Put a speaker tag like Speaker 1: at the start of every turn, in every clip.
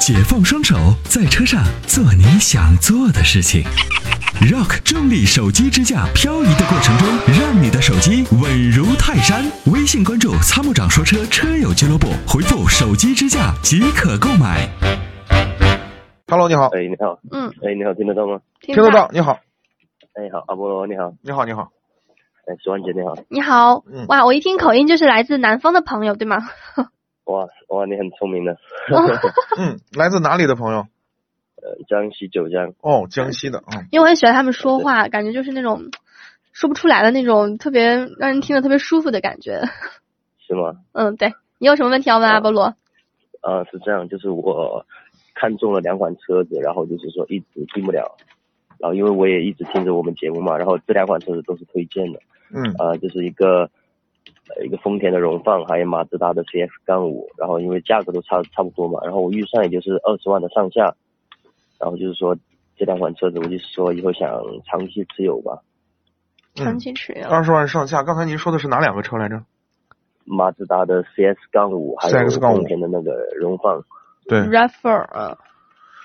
Speaker 1: 解放双手，在车上做你想做的事情。Rock 重力手机支架，漂移的过程中，让你的手机稳如泰山。微信关注“参谋长说车”车友俱乐部，回复“手机支架”即可购买。
Speaker 2: Hello，你好，
Speaker 3: 哎，你好，
Speaker 4: 嗯，
Speaker 3: 哎，你好，听得到吗？
Speaker 4: 听
Speaker 2: 听得。到？你好，
Speaker 3: 哎，好，阿波罗，你好，
Speaker 2: 你好，你好，
Speaker 3: 哎，许万杰，你好，
Speaker 4: 你好
Speaker 2: 嗯，
Speaker 4: 哇，我一听口音就是来自南方的朋友，对吗？
Speaker 3: 哇哇，你很聪明 的，
Speaker 2: 嗯，来自哪里的朋友？
Speaker 3: 呃，江西九江，
Speaker 2: 哦，江西的，嗯，
Speaker 4: 因为我很喜欢他们说话，感觉就是那种说不出来的那种，特别让人听得特别舒服的感觉。
Speaker 3: 是吗？
Speaker 4: 嗯，对。你有什么问题要问阿波罗？
Speaker 3: 呃，是这样，就是我看中了两款车子，然后就是说一直进不了，然后因为我也一直听着我们节目嘛，然后这两款车子都是推荐的，
Speaker 2: 嗯，
Speaker 3: 呃，就是一个呃一个丰田的荣放，还有马自达的 CX 杠五，然后因为价格都差差不多嘛，然后我预算也就是二十万的上下，然后就是说这两款车子，我就说以后想长期持有吧。
Speaker 4: 长期持有。
Speaker 2: 嗯二十万上下。刚才您说的是哪两个车来着？
Speaker 3: 马自达的 CS 杠五，还有
Speaker 2: CS 杠五
Speaker 3: 丰田的那个荣放。
Speaker 2: 对，
Speaker 4: refer 啊，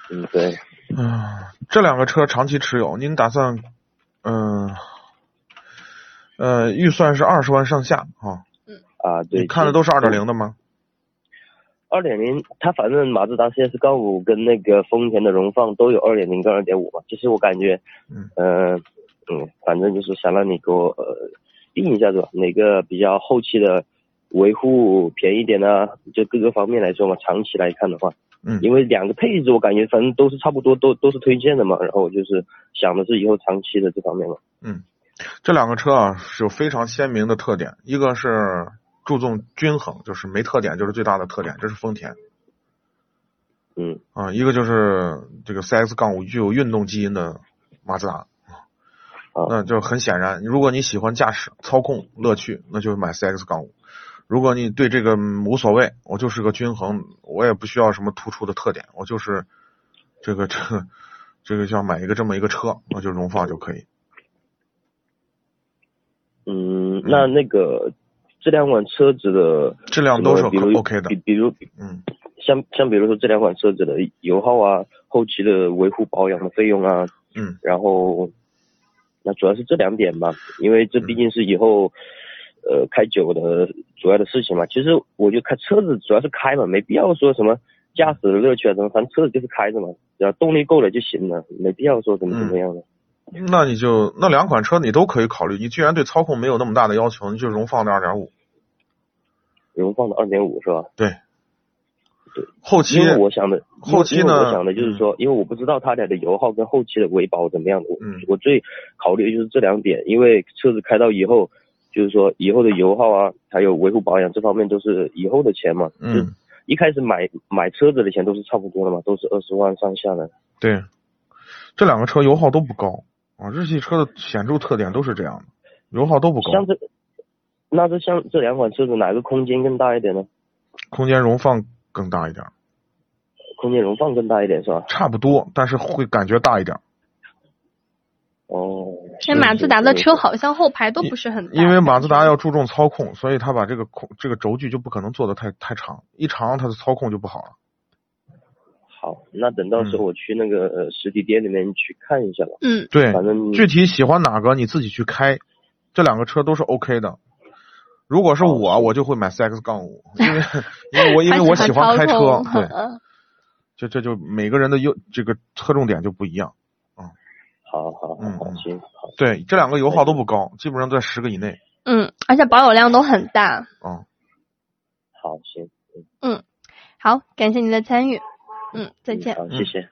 Speaker 3: 嗯，对，
Speaker 2: 嗯，这两个车长期持有，您打算，嗯、呃，预算是二十万上下啊？
Speaker 3: 啊，对。
Speaker 2: 你看的都是二点零的吗？
Speaker 3: 二点零，它反正马自达 CS 杠五跟那个丰田的荣放都有二点零跟二点五嘛。其实我感觉，
Speaker 2: 嗯
Speaker 3: 呃，嗯，反正就是想让你给我呃定一下子吧，哪个比较后期的维护便宜点呢、就各个方面来说嘛，长期来看的话，
Speaker 2: 嗯
Speaker 3: 因为两个配置我感觉反正都是差不多，都都是推荐的嘛。然后我就是想的是以后长期的这方面嘛。
Speaker 2: 这两个车啊是有非常鲜明的特点，一个是注重均衡，就是没特点就是最大的特点，这是丰田
Speaker 3: 嗯
Speaker 2: 啊、一个就是这个 CX 杠五具有运动基因的马自达，
Speaker 3: 啊，
Speaker 2: 那就很显然，如果你喜欢驾驶、操控乐趣，那就买 CX 杠五。如果你对这个嗯无所谓，我就是个均衡，我也不需要什么突出的特点，我就是这个这个这个要买一个这么一个车，那就荣放就可以。
Speaker 3: 嗯，那那个这两款车子的
Speaker 2: 质量都是
Speaker 3: 什么比如
Speaker 2: OK 的
Speaker 3: 比比如比
Speaker 2: 嗯，
Speaker 3: 像像比如说这两款车子的油耗啊，后期的维护保养的费用啊，
Speaker 2: 嗯，
Speaker 3: 然后那主要是这两点吧，因为这毕竟是以后。呃，开久的主要的事情嘛，其实我就开车子主要是开嘛，没必要说什么驾驶的乐趣啊什么，反正车子就是开着嘛，只要动力够了就行了，没必要说怎么怎么样的。
Speaker 2: 那你就那两款车你都可以考虑。你既然对操控没有那么大的要求，你就荣放的二点五。
Speaker 3: 荣放的二点五是吧？
Speaker 2: 对，
Speaker 3: 对，
Speaker 2: 后期
Speaker 3: 因为我想的，因为
Speaker 2: 后期呢嗯
Speaker 3: 因为我想的就是说，因为我不知道它俩的油耗跟后期的维保怎么样的，我、
Speaker 2: 嗯
Speaker 3: 我最考虑的就是这两点，因为车子开到以后，就是说以后的油耗啊，还有维护保养这方面都是以后的钱嘛，就
Speaker 2: 嗯，
Speaker 3: 一开始买买车子的钱都是差不多的嘛，都是二十万上下的，
Speaker 2: 对，这两个车油耗都不高啊，日系车的显著特点都是这样的，油耗都不高。
Speaker 3: 像这。那这像这两款车子哪个空间更大一点呢？
Speaker 2: 空间容放更大一点儿，
Speaker 3: 空间容放更大一点是吧？
Speaker 2: 差不多，但是会感觉大一点儿，
Speaker 3: 哦，
Speaker 4: 这马自达的
Speaker 3: 是
Speaker 4: 车好像后排都不是很大，
Speaker 2: 因为马自达要注重操控，所以它把这个控这个轴距就不可能做的太太长，一长它的操控就不好了。
Speaker 3: 好，那等到
Speaker 2: 嗯
Speaker 3: 时候我去那个呃实体店里面去看一下吧。
Speaker 4: 嗯，
Speaker 2: 对，
Speaker 3: 反正
Speaker 2: 哎具体喜欢哪个你自己去开，这两个车都是 OK 的。如果是我，我就会买 CX 杠五，因为因 为我因为我喜欢哦开车
Speaker 4: 操，控
Speaker 2: 对，
Speaker 4: 嗯
Speaker 2: 这这就每个人的优这个侧重点就不一样。
Speaker 3: 好好好，好
Speaker 2: 嗯
Speaker 3: 行，好，
Speaker 2: 对，这两个油耗都不高，基本上在十个以内
Speaker 4: 嗯，而且保有量都很大。
Speaker 2: 啊、
Speaker 3: 好，行，
Speaker 4: 好，感谢您的参与，嗯，再见。
Speaker 2: 嗯
Speaker 3: 好，谢谢。